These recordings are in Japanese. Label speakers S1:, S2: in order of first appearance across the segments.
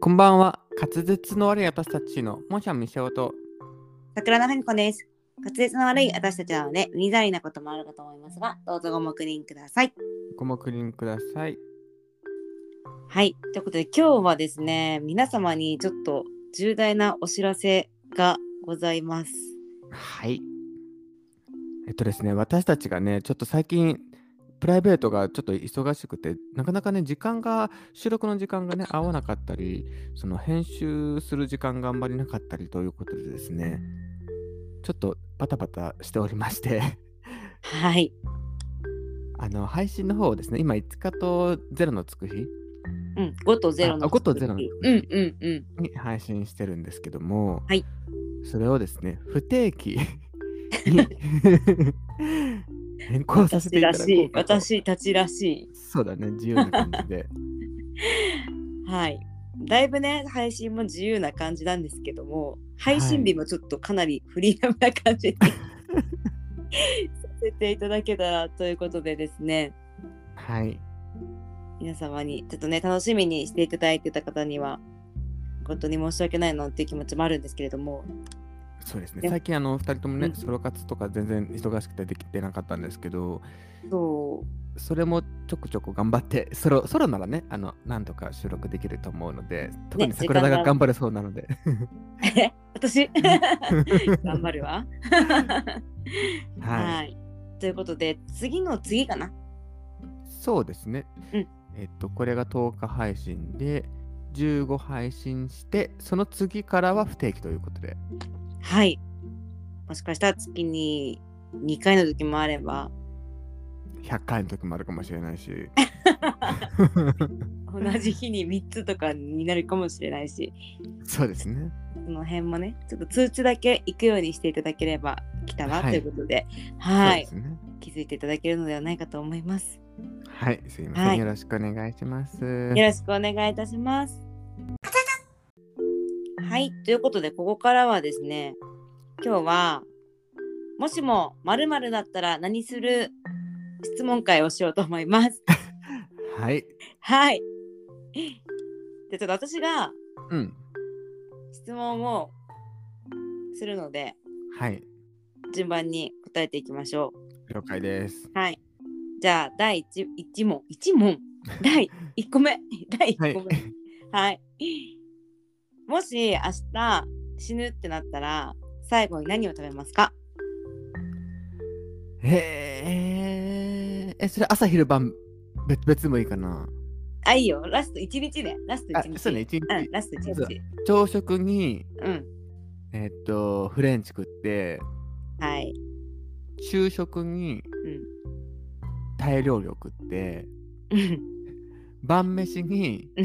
S1: こんばんは。滑舌の悪い私たちのもしゃみしおと。
S2: 桜のふみこです。滑舌の悪い私たちなので、うんざりなこともあるかと思いますが、どうぞご黙認ください。
S1: ご黙認ください。
S2: はい。ということで、今日はですね、皆様にちょっと重大なお知らせがございます。
S1: はい。えっとですね、私たちがね、ちょっと最近、プライベートがちょっと忙しくて、なかなかね、時間が、収録の時間がね、合わなかったり、その編集する時間があんまりなかったりということでですね、ちょっとバタバタしておりまして、
S2: はい。
S1: あの、配信の方をですね、今5日と0のつく日
S2: うん。5と0
S1: あ
S2: の。
S1: 5と0の
S2: うんうんうん。
S1: に配信してるんですけども、
S2: はい
S1: それをですね不定期に 変更させてい
S2: 私
S1: た
S2: ら
S1: だこ。
S2: しいう
S1: かと
S2: 私たちらし
S1: そうだね自由な感じで
S2: い。はい。だいぶね、配信も自由な感じなんですけども、配信日もちょっとかなりフリーダムな感じに させていただけたらということでですね。
S1: はい
S2: 皆様にちょっとね楽しみにしていただいてた方には本当に申し訳ないなっていう気持ちもあるんですけれども
S1: そうです
S2: で
S1: ね
S2: も
S1: 最近あの2人とも
S2: う
S1: ね
S2: ん
S1: ソロ活とか全然忙しくてできてなかったんですけど
S2: そ
S1: それもちょくちょく頑張ってソロソロならねあのなんとか収録できると思うので特に
S2: ね
S1: 桜田
S2: 時間
S1: が
S2: が
S1: 頑張れそうなので、
S2: う 私 頑張るわ
S1: はい、
S2: ということで次の次かな
S1: そうですね。
S2: うん
S1: えっと、これが10日配信で、15配信して、その次からは不定期ということで。
S2: はいもしかしたら月に2回の時もあれば
S1: 100回の時もあるかもしれない し。
S2: 同じ日に3つとかになるかもしれないし
S1: そうですね。
S2: その辺もねちょっと通知だけ行くようにしていただければ来たわ、
S1: はい
S2: ということで
S1: そう
S2: はい
S1: ですね。
S2: 気づいていただけるのではないかと思います。
S1: はい、すいません。
S2: はい
S1: よろしくお願いします。
S2: よろしくお願いいたします。はい、ということでここからはですね、今日はもしも〇〇だったら何する質問会をしようと思います。
S1: はい。
S2: はい。でちょっと私が
S1: うん。
S2: 質問をするので
S1: はい。
S2: 順番に答えていきましょ
S1: 了解です。
S2: う。はい。じゃあ第 1, 一問1問第1個目第
S1: は
S2: 1
S1: い
S2: 個。目。 はい。 もし明日死ぬってなったら最後に何を食べますか
S1: へーえ、それ朝昼晩別別でもいいかな。
S2: あいいよラスト1日ねラスト
S1: あ
S2: 1、日
S1: そうね、一
S2: うん
S1: 日。
S2: ラスト
S1: ま
S2: 1
S1: ず
S2: 日
S1: 朝食に、
S2: うん
S1: えっと、フレンチ食って、
S2: はい
S1: 昼食に
S2: うん
S1: タイ料理を食って
S2: うん
S1: 晩飯に
S2: うん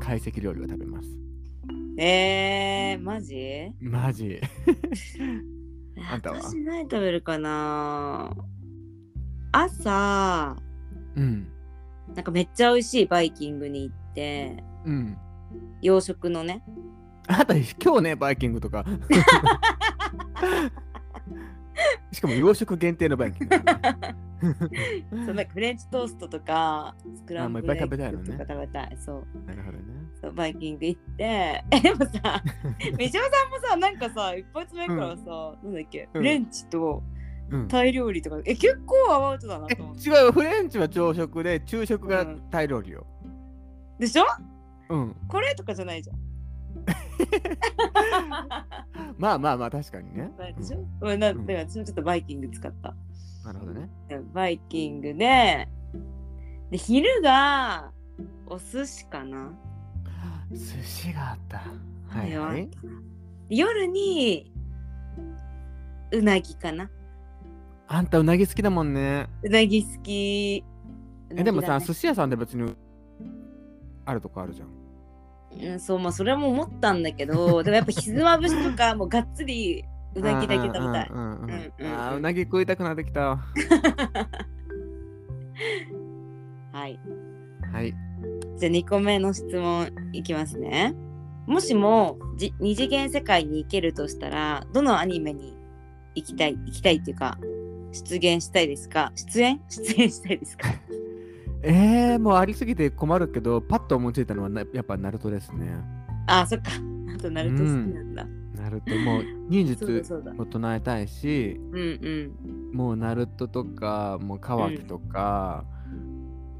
S1: 懐石料理を食べます
S2: えー、マジ
S1: マジあんたは
S2: 私何食べるかな朝
S1: うん
S2: なんかめっちゃ美味しいバイキングに行って
S1: うん
S2: 洋食のね
S1: あなた今日ねバイキングと かしかも洋食限定のバイキングだね、
S2: そうなんかフレンチトーストとかスクランブルエッグと
S1: あ
S2: か
S1: もういっぱい食べ
S2: 食べたいそう
S1: なるほどね
S2: そうバイキング行って えでも さみちおさんもさなんかさ一発目からさ、なんだっけ
S1: うん
S2: フレンチと
S1: うん
S2: タイ料理とか、え結構アバウトだな
S1: え
S2: と思って
S1: 違うフレンチは朝食で昼食が
S2: うん
S1: タイ料理よ
S2: でしょ
S1: うん、
S2: これとかじゃないじゃん
S1: まあまあまあ確かにね、
S2: でし
S1: う
S2: ょ
S1: ん、
S2: うん、な
S1: うん
S2: だから私もちょっとバイキング使った
S1: なるほどね
S2: うんバイキングでで昼がお寿司かな
S1: 寿司があったはい
S2: あ
S1: は
S2: れはいで夜にうなぎかな
S1: あんたうなぎ好きだもんね
S2: うなぎ好きうな
S1: え
S2: ぎ
S1: でもさ、
S2: だね
S1: 寿司屋さんで別にあるとこあるじゃん。
S2: うん、そうまあそれも思ったんだ けどでもやっぱひつまぶしとかもうがっつりうなぎだけ食べたい
S1: うんうんうんうん
S2: うんうんうん
S1: あーうなぎ食いたくなってきた。
S2: はい
S1: はい。
S2: じゃあ2個目の質問いきますねもしもじ二次元世界に行けるとしたらどのアニメに行きた い行きたいっていうか出現したいですか出演出演したいですか
S1: えー、もうありすぎて困るけど、パッと思いついたのはなやっぱナルトですね。
S2: あそっか。あとナルト好きなんだ。
S1: ナルトもう忍
S2: そうだ
S1: 術
S2: そうだ。
S1: も唱えたいし、
S2: うんうん。
S1: もうナルトとか、もうカワキとか、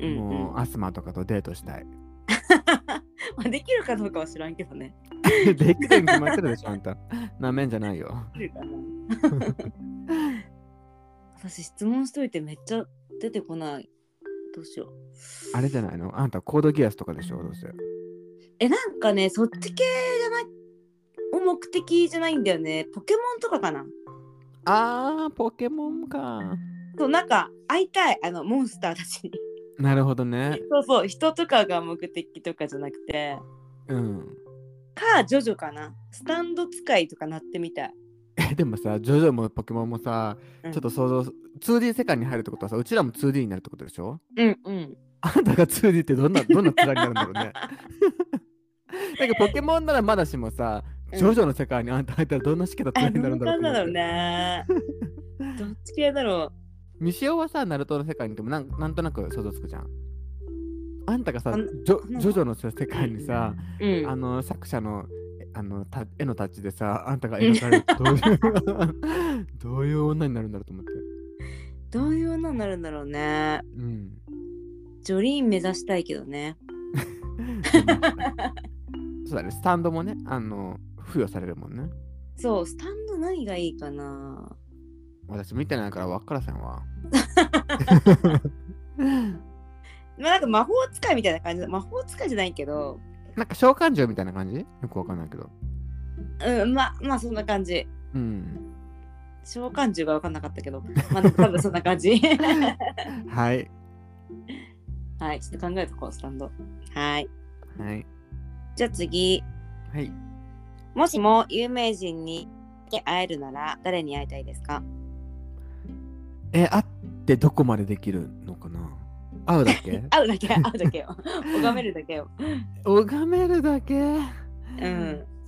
S2: うんうん
S1: もうアスマとかとデートしたい。
S2: まあできるかどうかは知らんけどね。
S1: できるに決まってるでしょ、あんた。なめんじゃないよ。
S2: できるかな 私質問しといてめっちゃ出てこない。どうしよう。
S1: あれじゃないのあんたコードギアスとかでしょ、どうせ。
S2: えなんかねそっち系じゃないを目的じゃないんだよねポケモンとかかな
S1: あー、ポケモンか。
S2: そうなんか会いたいあのモンスターたちに
S1: なるほどね。
S2: そうそう人とかが目的とかじゃなくて
S1: うん。
S2: かジョジョかなスタンド使いとかなってみたい
S1: えでもさ、ジョジョもポケモンもさ、
S2: うん
S1: ちょっと想像す、2D 世界に入るってことはさ、うちらも 2D になるってことでしょ
S2: うんうん
S1: あんたが 2D ってどんな、どんな面になるんだ ろうね。なんかポケモンならまだしもさ、
S2: うん
S1: ジョジョの世界にあんた入ったらどんな式だった
S2: あ
S1: にな
S2: ど
S1: る
S2: うん
S1: だろ
S2: な
S1: うんと思って
S2: だろうねどっち系だろ
S1: ミシオはさ、ナルトの世界にいてもなんなんとなく想像つくじゃん。あんたがさ、
S2: あ
S1: ジ
S2: ん
S1: ョ
S2: あんな
S1: ジョジョの世界にさ、
S2: ううん
S1: あの作者のえあのた絵のタッチでさ、あんたが描かれるとどういう どういう女になるんだろうと思って。
S2: どういうのになるんだろうね
S1: うん。
S2: ジョリーン目指したいけどね
S1: そうだね、スタンドもね、あの付与されるもんね。
S2: そうスタンド何がいいかな
S1: 私見てないから分からせん わ。
S2: まあなんか魔法使いみたいな感じだ魔法使いじゃないけど
S1: なんか召喚獣みたいな感じよくわかんないけど。
S2: うん、まあまあそんな感じ。
S1: うん。
S2: 召喚獣が分かんなかったけど、まあ多分そんな感 じ。
S1: はい。
S2: はい、ちょっと考えとこう、スタンド。はい。
S1: はい。
S2: じゃあ次、
S1: はい。
S2: もしも有名人に会えるなら誰に会いたいですか
S1: え、会ってどこまでできるのかな会うだけ
S2: 会うだけ、会うだけ よ。拝めるだけよ。
S1: 拝めるだけ
S2: うん。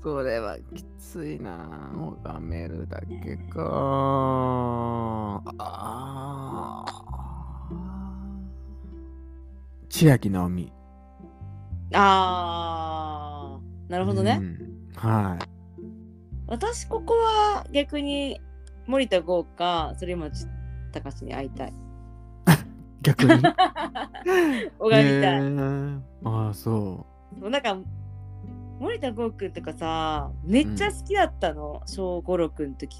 S1: それはきついな。拝めるだけか。ああ。千秋直美。
S2: あー、なるほどね。
S1: うんはい。
S2: 私、ここは逆に森田剛か、それも隆史に会いたい。
S1: 逆に。拝
S2: 拝みたい。
S1: ああ、そ
S2: もうなんか森田剛君とかさめっちゃ好きだったの、小五郎君の時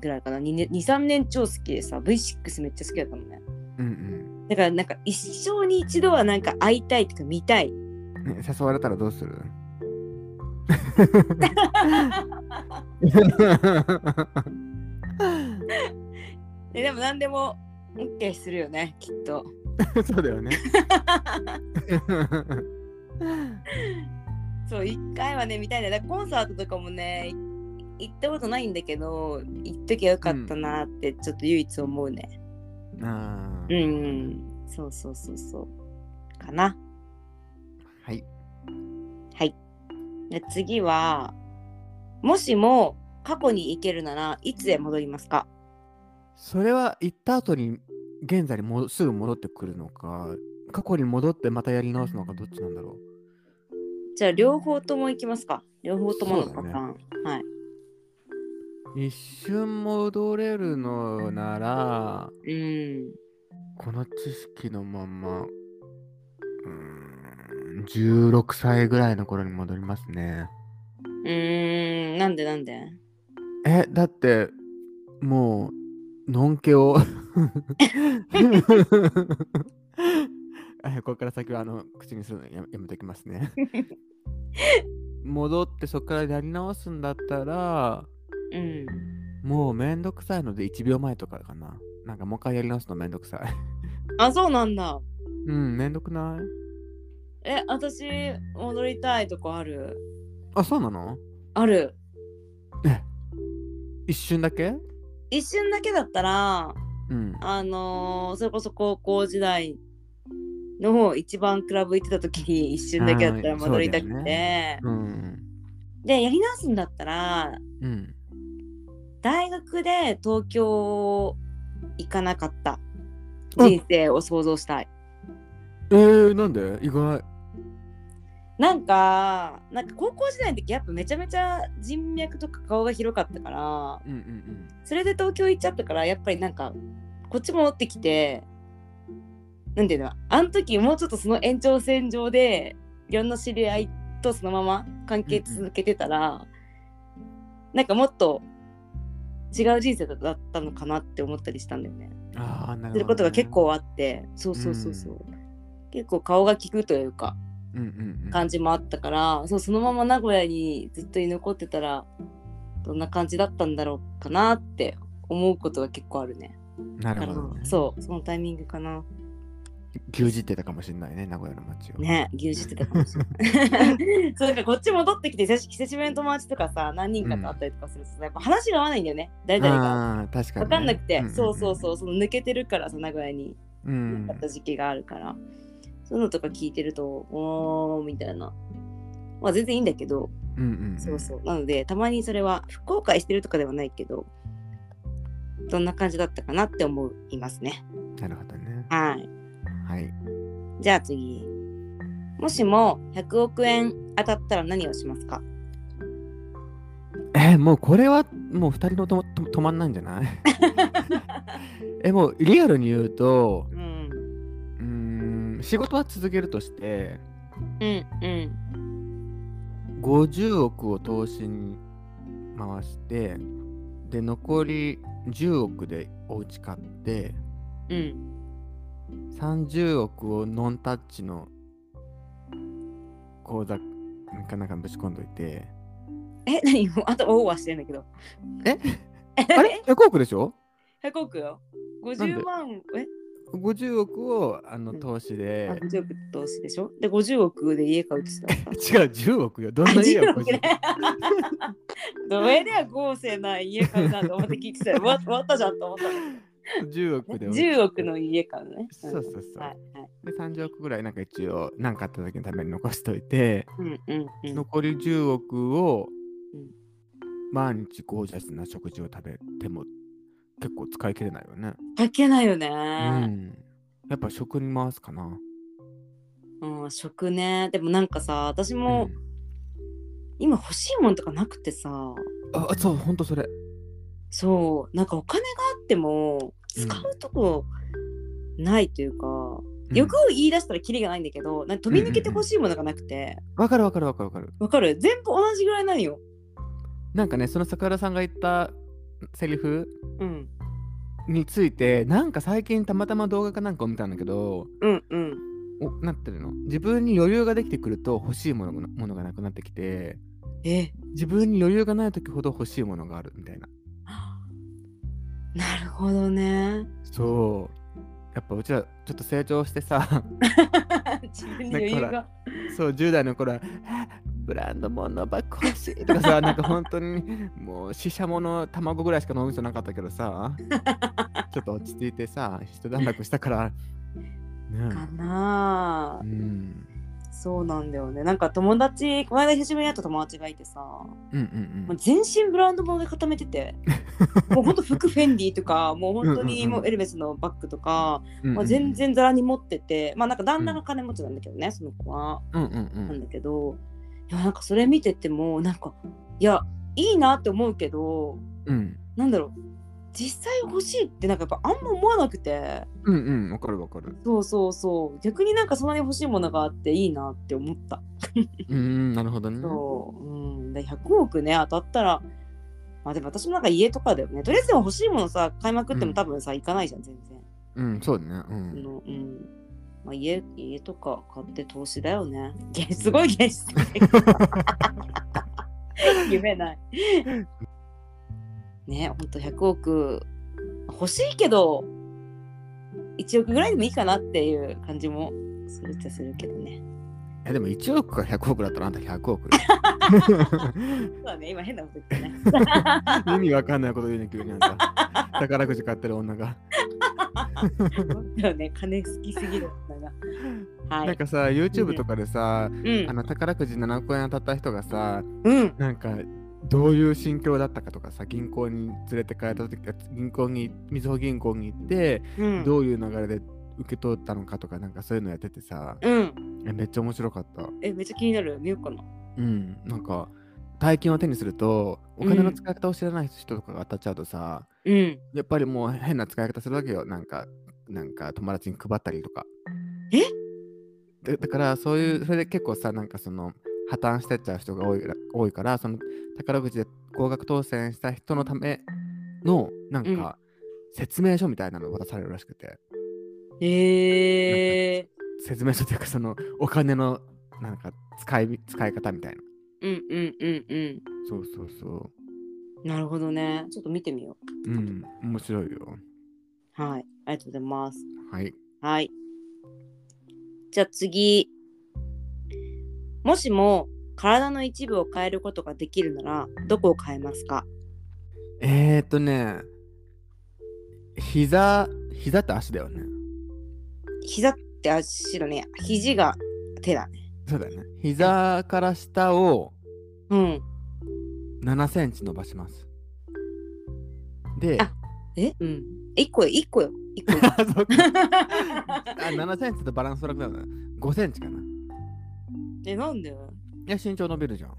S2: ぐらいかな23年超好きでさ V6 めっちゃ好きだったのね
S1: う。うん
S2: だからなんか一生に一度はなんか会いたいとか見たい
S1: うん。ね誘われたらどうする
S2: ででも何でも OK するよねきっと
S1: そうだよね。
S2: そう一回はね見たいねだからコンサートとかもねい行ったことないんだけど行っときゃよかったなってちょっと唯一思うね
S1: あ
S2: う
S1: ー
S2: ん、うん、そうそうそうそうかな
S1: はい。
S2: はい。で次は、もしも過去に行けるならいつへ戻りますか
S1: それは行った後に現在にもすぐ戻ってくるのか、過去に戻ってまたやり直すのかどっちなんだろ
S2: じゃあ両方とも行きますか両方とものパタ
S1: そう
S2: ー
S1: だ
S2: ン。はい。
S1: う。一瞬戻れるのなら、
S2: うん。
S1: この知識のまんま、うーん、16歳ぐらいの頃に戻りますね。
S2: うーん。なんでなんで
S1: え、だって、もう、のんけを。あここから先はあの口にするのややめときますね。戻ってそこからやり直すんだったら、
S2: うん。
S1: もうめんどくさいので1秒前とかかな。なんかもう一回やり直すのめんどくさい。
S2: あ、そうなんだ。
S1: うん、めんどくない
S2: え、私、戻りたいとこある
S1: あ、そうなの
S2: ある。
S1: え一瞬だけ
S2: 一瞬だけだったら、
S1: うん。
S2: あのーそれこそ高校時代の方一番クラブ行ってた時に一瞬だけだったら戻りたく
S1: あーそ
S2: て、
S1: うだようん。
S2: でやり直すんだったら
S1: うん。
S2: 大学で東京行かなかった
S1: うん
S2: 人生を想像したい。
S1: えー、なんで意外。
S2: なんかなんか高校時代の時やっぱめちゃめちゃ人脈とか顔が広かったから
S1: うんうんうん。
S2: それで東京行っちゃったからやっぱりなんかこっち戻ってきてなんていうのあの時もうちょっとその延長線上でいろんな知り合いとそのまま関係続けてたら、なんかもっと違う人生だったのかなって思ったりしたんだよね。
S1: ああ、なるほど、
S2: することが結。構あってそうそうそうそう、結構顔が利くというか
S1: うんうん、うん。
S2: 感じもあったからそうそのまま名古屋にずっと居残ってたらどんな感じだったんだろうかなって思うことが結構あるね。
S1: な
S2: だか
S1: る
S2: ら
S1: ほど、ね。
S2: そうそのタイミングかな。
S1: 牛耳ってたかもしれないね、名古屋の街を。
S2: ね牛耳ってたかもしれな い。そうだからこっち戻ってきて久し久しぶりの友達とかさ何人かと会ったりとかするとさ、やっぱ話が合わないんだよね誰々が。
S1: ああ、確かに、ね。
S2: 分かんなくて、そうそう
S1: う
S2: そうその抜けてるからさ名古屋に
S1: んうんうん。
S2: だ
S1: う
S2: っ
S1: ん
S2: た時期があるから、そういうのとか聞いてるとおーみたいなまあ全然いいんだけど、
S1: うんうん。
S2: そうそうなのでたまにそれは不公開してるとかではないけどどんな感じだったかなって思いますね
S1: う。なるほどね。
S2: はい
S1: はい。
S2: じゃあ次もしも100億円当たったら何をしますか
S1: えー、もうこれはもう二人のともと止まんないんじゃ ないえ、もうリアルに言うと、
S2: うん
S1: うーん、仕事は続けるとして、
S2: うんうん
S1: 50億を投資に回して、で、残り10億でお家買って、
S2: うん
S1: 30億をノンタッチの口座かなんかにぶち込んどいて、
S2: え何 もうあとオーバーしてんだけど
S1: えあれ ?100 億でしょ
S2: 100億よ
S1: なんで
S2: 50万え
S1: ?50 億をあの
S2: うん
S1: 投資で
S2: あ、50億投資でしょで50億で家買うって言 ってた
S1: 違う、10億よ。どんな家を
S2: 10
S1: 欲
S2: 億
S1: しい
S2: ねどれでは豪勢な家買うなと思って聞いてたよわ終わったじゃんと思ったの
S1: ?10 億で。
S2: 10億の家買うのね。
S1: そ
S2: ん
S1: うそうそう。
S2: はいはい。
S1: で、30億ぐらいなんか一応、なんかあった時のために残しといて、
S2: うんうんうん。
S1: 残り10億を
S2: うん
S1: 毎日ゴージャスな食事を食べても結構使い切れないよね。
S2: 書けないよ
S1: う
S2: ね。
S1: ん。やっぱ食に回すかな。
S2: うん、食ね。でもなんかさ、私
S1: う
S2: も
S1: ん
S2: 今欲しいものとかなくてさ、
S1: ああそうほんとそれ
S2: そう、なんかお金があっても
S1: うん
S2: 使うとこないというか、欲を言い出したらキリがないんだけど、なんか飛び抜けて欲しいものがなくて、
S1: わ、かるわかるわかるわかる
S2: わかる全部同じぐらいなのよ。
S1: なんかねその桜田さんが言ったセリフ
S2: うん。
S1: についてなんか最近たまたま動画かなんかを見たんだけど
S2: うんうん。
S1: おなんていうの自分に余裕ができてくると欲しいものがものがなくなってきて
S2: え、
S1: 自分に余裕がない時ほど欲しいものがあるみたいな
S2: なるほどね。
S1: そうやっぱうちらちょっと成長してさ
S2: 自分に余裕が。
S1: そう10代の頃はあブランド物ばっか欲しいとかさ なんか本当にもうししゃもの卵ぐらいしか飲む人なかったけどさちょっと落ち着いてさ一段落したから、
S2: か
S1: ね
S2: な
S1: う
S2: あ
S1: ん、
S2: そうなんだよねなんか友達この間久しぶりに会った友達がいてさも
S1: うんうんう
S2: うん全身ブランド物で固めて てもうほんと服フェンディとかもう本当
S1: う
S2: に
S1: んうんうん
S2: もうエルメスのバッグとか、
S1: うんうん
S2: まあ、全然ざらに持っててまあなんか旦那が金持ちなんだけどねその子は
S1: うんうんう
S2: なん
S1: ん
S2: だけどいやなんかそれ見ててもなんかいやいいなって思うけど
S1: うん
S2: なんだろう実際欲しいってなんかやっぱあんま思わなくて
S1: うんうんわかるわかる
S2: そうそうそう逆になんかそんなに欲しいものがあっていいなって思った
S1: うんうんなるほどね
S2: そう、うん、で100億ね当たったらまあでも私もなんか家とかだよねとりあえずでも欲しいものさ買いまくって
S1: うん
S2: も多分さ、行かないじゃん全然、
S1: うんそうだねう
S2: あ
S1: ん
S2: のうんまあ、家家とか買って投資だよねげすごい現実的 夢ないねほんと100億欲しいけど1億ぐらいでもいいかなっていう感じもするっちゃするけどね
S1: えでも1億か100億だったらあんた100億
S2: そうだね今変なこと言ってね
S1: 意味わかんないこと言うね急にあんた宝くじ買ってる女が
S2: だよね、金好きすぎるんだな。は
S1: なん
S2: い。
S1: かさ YouTube とかでさ、
S2: うん
S1: あ。の宝くじ7億円当たった人がさ
S2: うん。
S1: なんかどういう心境だったかとかさ銀行に連れて帰った時銀行にみずほ銀行に行って、
S2: うん。
S1: どういう流れで受け取ったのかとかなんかそういうのやっててさ
S2: うん。
S1: えめっちゃ面白かった
S2: え、めっちゃ気になる。見ようかな。
S1: うんなんか大金を手にするとお金
S2: う
S1: の
S2: ん
S1: 使い方を知らない人とかが当たっちゃうとさ、
S2: うん。
S1: やっぱりもう変な使い方するわけよなんかなんか友達に配ったりとか
S2: え
S1: だだからそういうそれで結構さなんかその破綻してっちゃう人が多いら多いからその宝くじで高額当選した人のためのなんか説明書みたいなのを渡されるらしくて、
S2: ええ
S1: 説明書というかそのお金のなんか使いみ使い方みたいな
S2: うんうんうんうん。
S1: そうそうそ
S2: なるほどね。ちょっと見てみよ
S1: ううん面白いよ
S2: う。はい。ありがとうございます。
S1: はい
S2: はい。じゃあ次。もしも体の一部を変えることができるならどこを変えますか
S1: えー、っとね膝膝って足だよね
S2: 膝って足だね。肘が手だね。
S1: そうだよね膝から下を
S2: うん。
S1: 7センチ伸ばしますで
S2: あえうん。一個よ、一個よ。一個よ
S1: あそうかあ7センチとバランス楽だよね5センチかない
S2: え、なんで
S1: や身長伸びるじゃん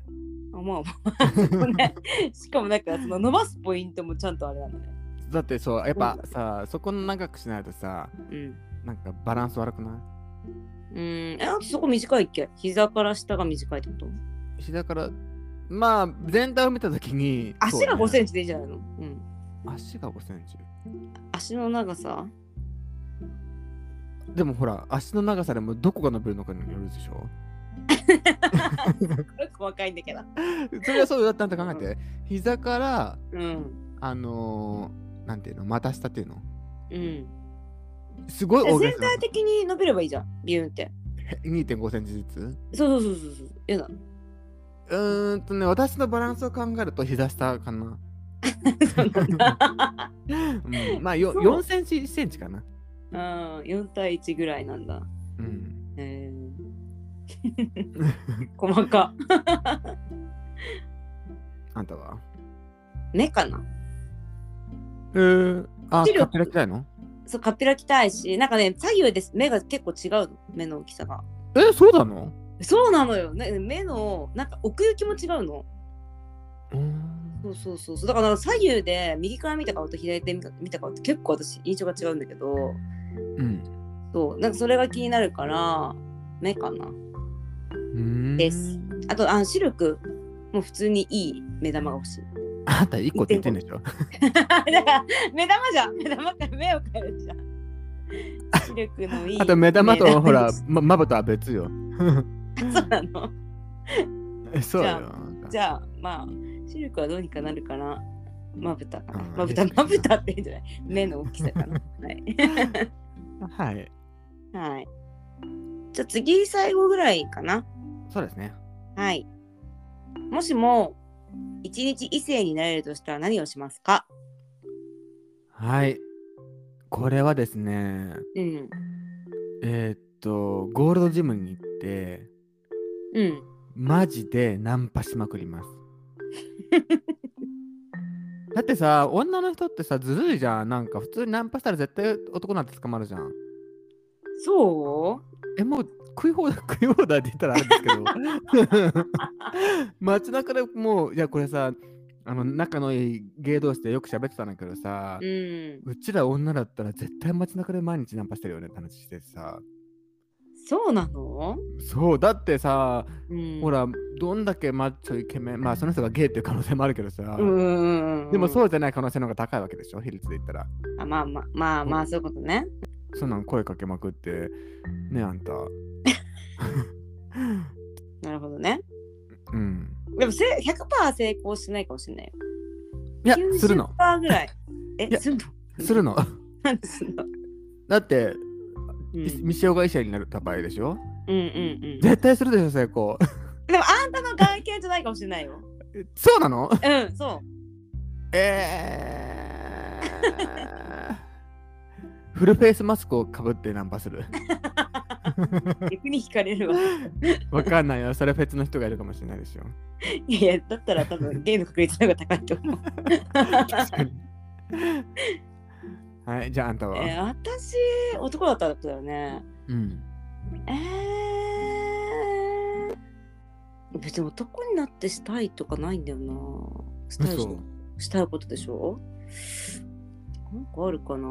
S2: あ、まあま あそこね。しかもなんかその伸ばすポイントもちゃんとあれなんだね。
S1: だってそうやっぱさそこ長くしないとさ
S2: うん。
S1: なんかバランス悪くないう
S2: ーん。え、あとそこ短いっけ膝から下が短いってこと
S1: 膝からまあ全体を見たときに
S2: 足が5
S1: ン
S2: センチでいいんじゃないのうん。
S1: 足が5センチ
S2: 足の長さ
S1: でもほら足の長さでもどこが伸びるのかによるでしょ
S2: よく若いんだけど。
S1: それはそうだったんと考えて膝から
S2: うん。
S1: あのー、なんていうの股下っていうの
S2: うん。
S1: すごい大げ
S2: 全
S1: さな
S2: 体的に伸びればいいじゃん。ビューンって。
S1: 2.5センチずつ
S2: そうそうそうそうそう。やだ。
S1: うーんとね私のバランスを考えると膝下かなうん、まあよ
S2: そう
S1: 4センチ1センチかな
S2: うん。4対1ぐらいなんだ。
S1: うん
S2: え ー、細か。
S1: あんたは
S2: 目かな
S1: えー、あ
S2: 視力
S1: カピラ嫌いの
S2: そう、カピラ着たいし、なんかね、左右です目が結構違うの。目の大きさが。
S1: えそうなの
S2: そうなのよ。ね、目の、なんか奥行きも違うの。
S1: うーん
S2: そうそうそうそう。だからなんか左右で右から見た顔と左で見た見た顔って結構私印象が違うんだけど、
S1: うん
S2: そう、なんかそれが気になるから、目かな。
S1: うーん
S2: ですあと、あ視力も普通にいい目玉が欲しい。
S1: あんた1個って言ってんでしょ
S2: だから、 目玉じゃん。目玉から目を変えるじゃん。視力の いい。
S1: あと目玉とほら
S2: そ
S1: ままぶたは別よ
S2: うなの。
S1: えそうよ
S2: じゃ
S1: あんた
S2: じゃあ、まあ、視力はどうにかなるかな。まぶたかな。
S1: うん
S2: まぶた、
S1: ですね
S2: まぶたっていいんじゃない目の大きさ かな。はい。
S1: はい
S2: はい。じゃあ次、最後ぐらいかな。
S1: そうですね
S2: はい。もしも、一日異性になれるとしたら何をしますか
S1: はいこれはですね
S2: うん。
S1: えーっとゴールドジムに行って
S2: うん。
S1: マジでナンパしまくり ますだってさ女の人ってさずるいじゃんなんか普通にナンパしたら絶対男なんて捕まるじゃん
S2: そう
S1: えもう食い放題 食い放題って言ったらあれですけど 街中でもういやこれさあの仲のいい芸同士でよく喋ってたんだけどさ、
S2: う。
S1: うんちら女だったら絶対街中で毎日ナンパしてるよねって話してさ
S2: そうなの、
S1: そうだってさ、
S2: うん、
S1: ほ。らどんだけマッチョイケメンまあその人がゲイっていう可能性もあるけどさ、
S2: うんうんうん。。
S1: でもそううじゃない可能性の方が高いわけでしょ比率で言ったら
S2: あまあまあまあまあ、そういうことね。
S1: そんなん声かけまくってねあんた
S2: なるほどね。
S1: うん
S2: でもせ100%成功しないかもしれないよ。
S1: いやするの
S2: 90%ぐらい。え
S1: い、や
S2: するの
S1: するの
S2: なんですんの、
S1: だって
S2: うん、うん
S1: 未使用が医者になった場合でしょ
S2: うんうん。で
S1: 絶対するでしょ成功
S2: もあんたの外見じゃないかもしれないよ。
S1: そうなの
S2: うん、そう。
S1: えーフルフェイスマスクをかぶってナンパする
S2: 逆に惹かれる わ。
S1: わかんないよそれフェチの人がいるかもしれないでしょ
S2: いや、だった ら 多分ゲイの確率の方が高いと思う。
S1: 確かにはい、じゃああんたは。
S2: えー私男だったんだよね
S1: うん。
S2: えー、別に男になってしたいとかないんだよなしたいし
S1: 嘘。
S2: したいことでしょなんかあるかな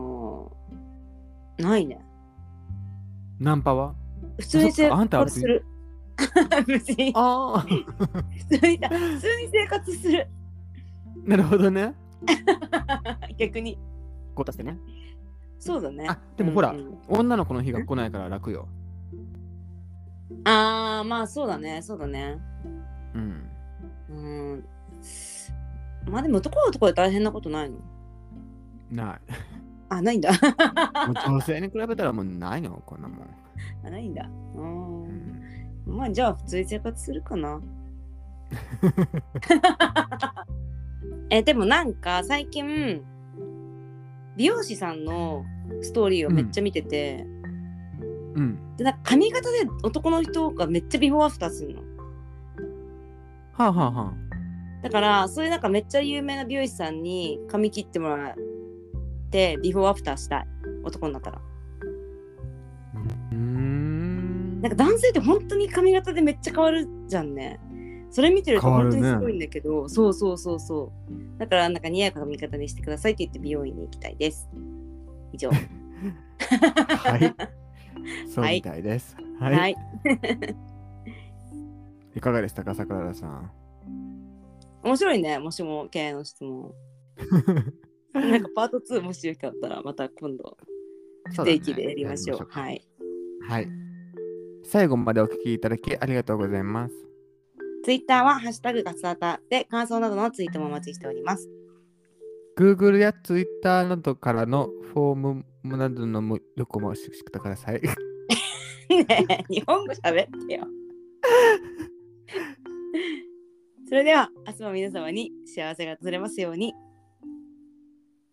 S2: ないね
S1: ナンパは
S2: 普通に
S1: そっ
S2: 生
S1: かあんたは別
S2: 活
S1: に
S2: する 別に
S1: ああ
S2: 普通に普通に生活する
S1: なるほどね。
S2: 逆に
S1: こうだしてね。
S2: そうだね
S1: あでもほら
S2: うんうん
S1: 女の子の日が来ないから楽よ。
S2: ああまあそうだねそうだね
S1: うん。
S2: うんまあでも男は男で大変なことないの
S1: ない。
S2: あないんだ
S1: もう女性に比べたらもうないの、こんなもん。
S2: あないんだう
S1: うんん、
S2: まあじゃあ普通に生活するかな えでもなんか最近美容師さんのストーリーをめっちゃ見てて、
S1: うん。
S2: でなんか髪型で男の人がめっちゃビフォーアフターするの
S1: はあ、はあはあ、
S2: だからそういうなんかめっちゃ有名な美容師さんに髪切ってもらってビフォーアフターしたい男になったら
S1: うーん。
S2: なんか男性って本当に髪型でめっちゃ変わるじゃんねそれ見てると
S1: 変わる
S2: 本
S1: ね
S2: 当にすごいんだけど、そうそうそうそうだからなんか似合う髪型にしてくださいって言って美容院に行きたいです 以上は、
S1: はい。そうみたいです。はいい。い、かがでしたか、桜田さん。
S2: 面白いねもしも経営の質 問なんかパート2もしよかったらまた今度不
S1: そうだね
S2: 定期でやりましょう
S1: やりましょう
S2: はい
S1: はい。最後までお聞きいただきありがとうございます。
S2: ツイッターはハッシュタグガスアタで感想などのツイートもお待ちしております。
S1: Google や Twitter などからのフォームなどのもよくもしてください。
S2: ねえ日本語喋ってよ。それでは明日も皆様に幸せが訪れますように。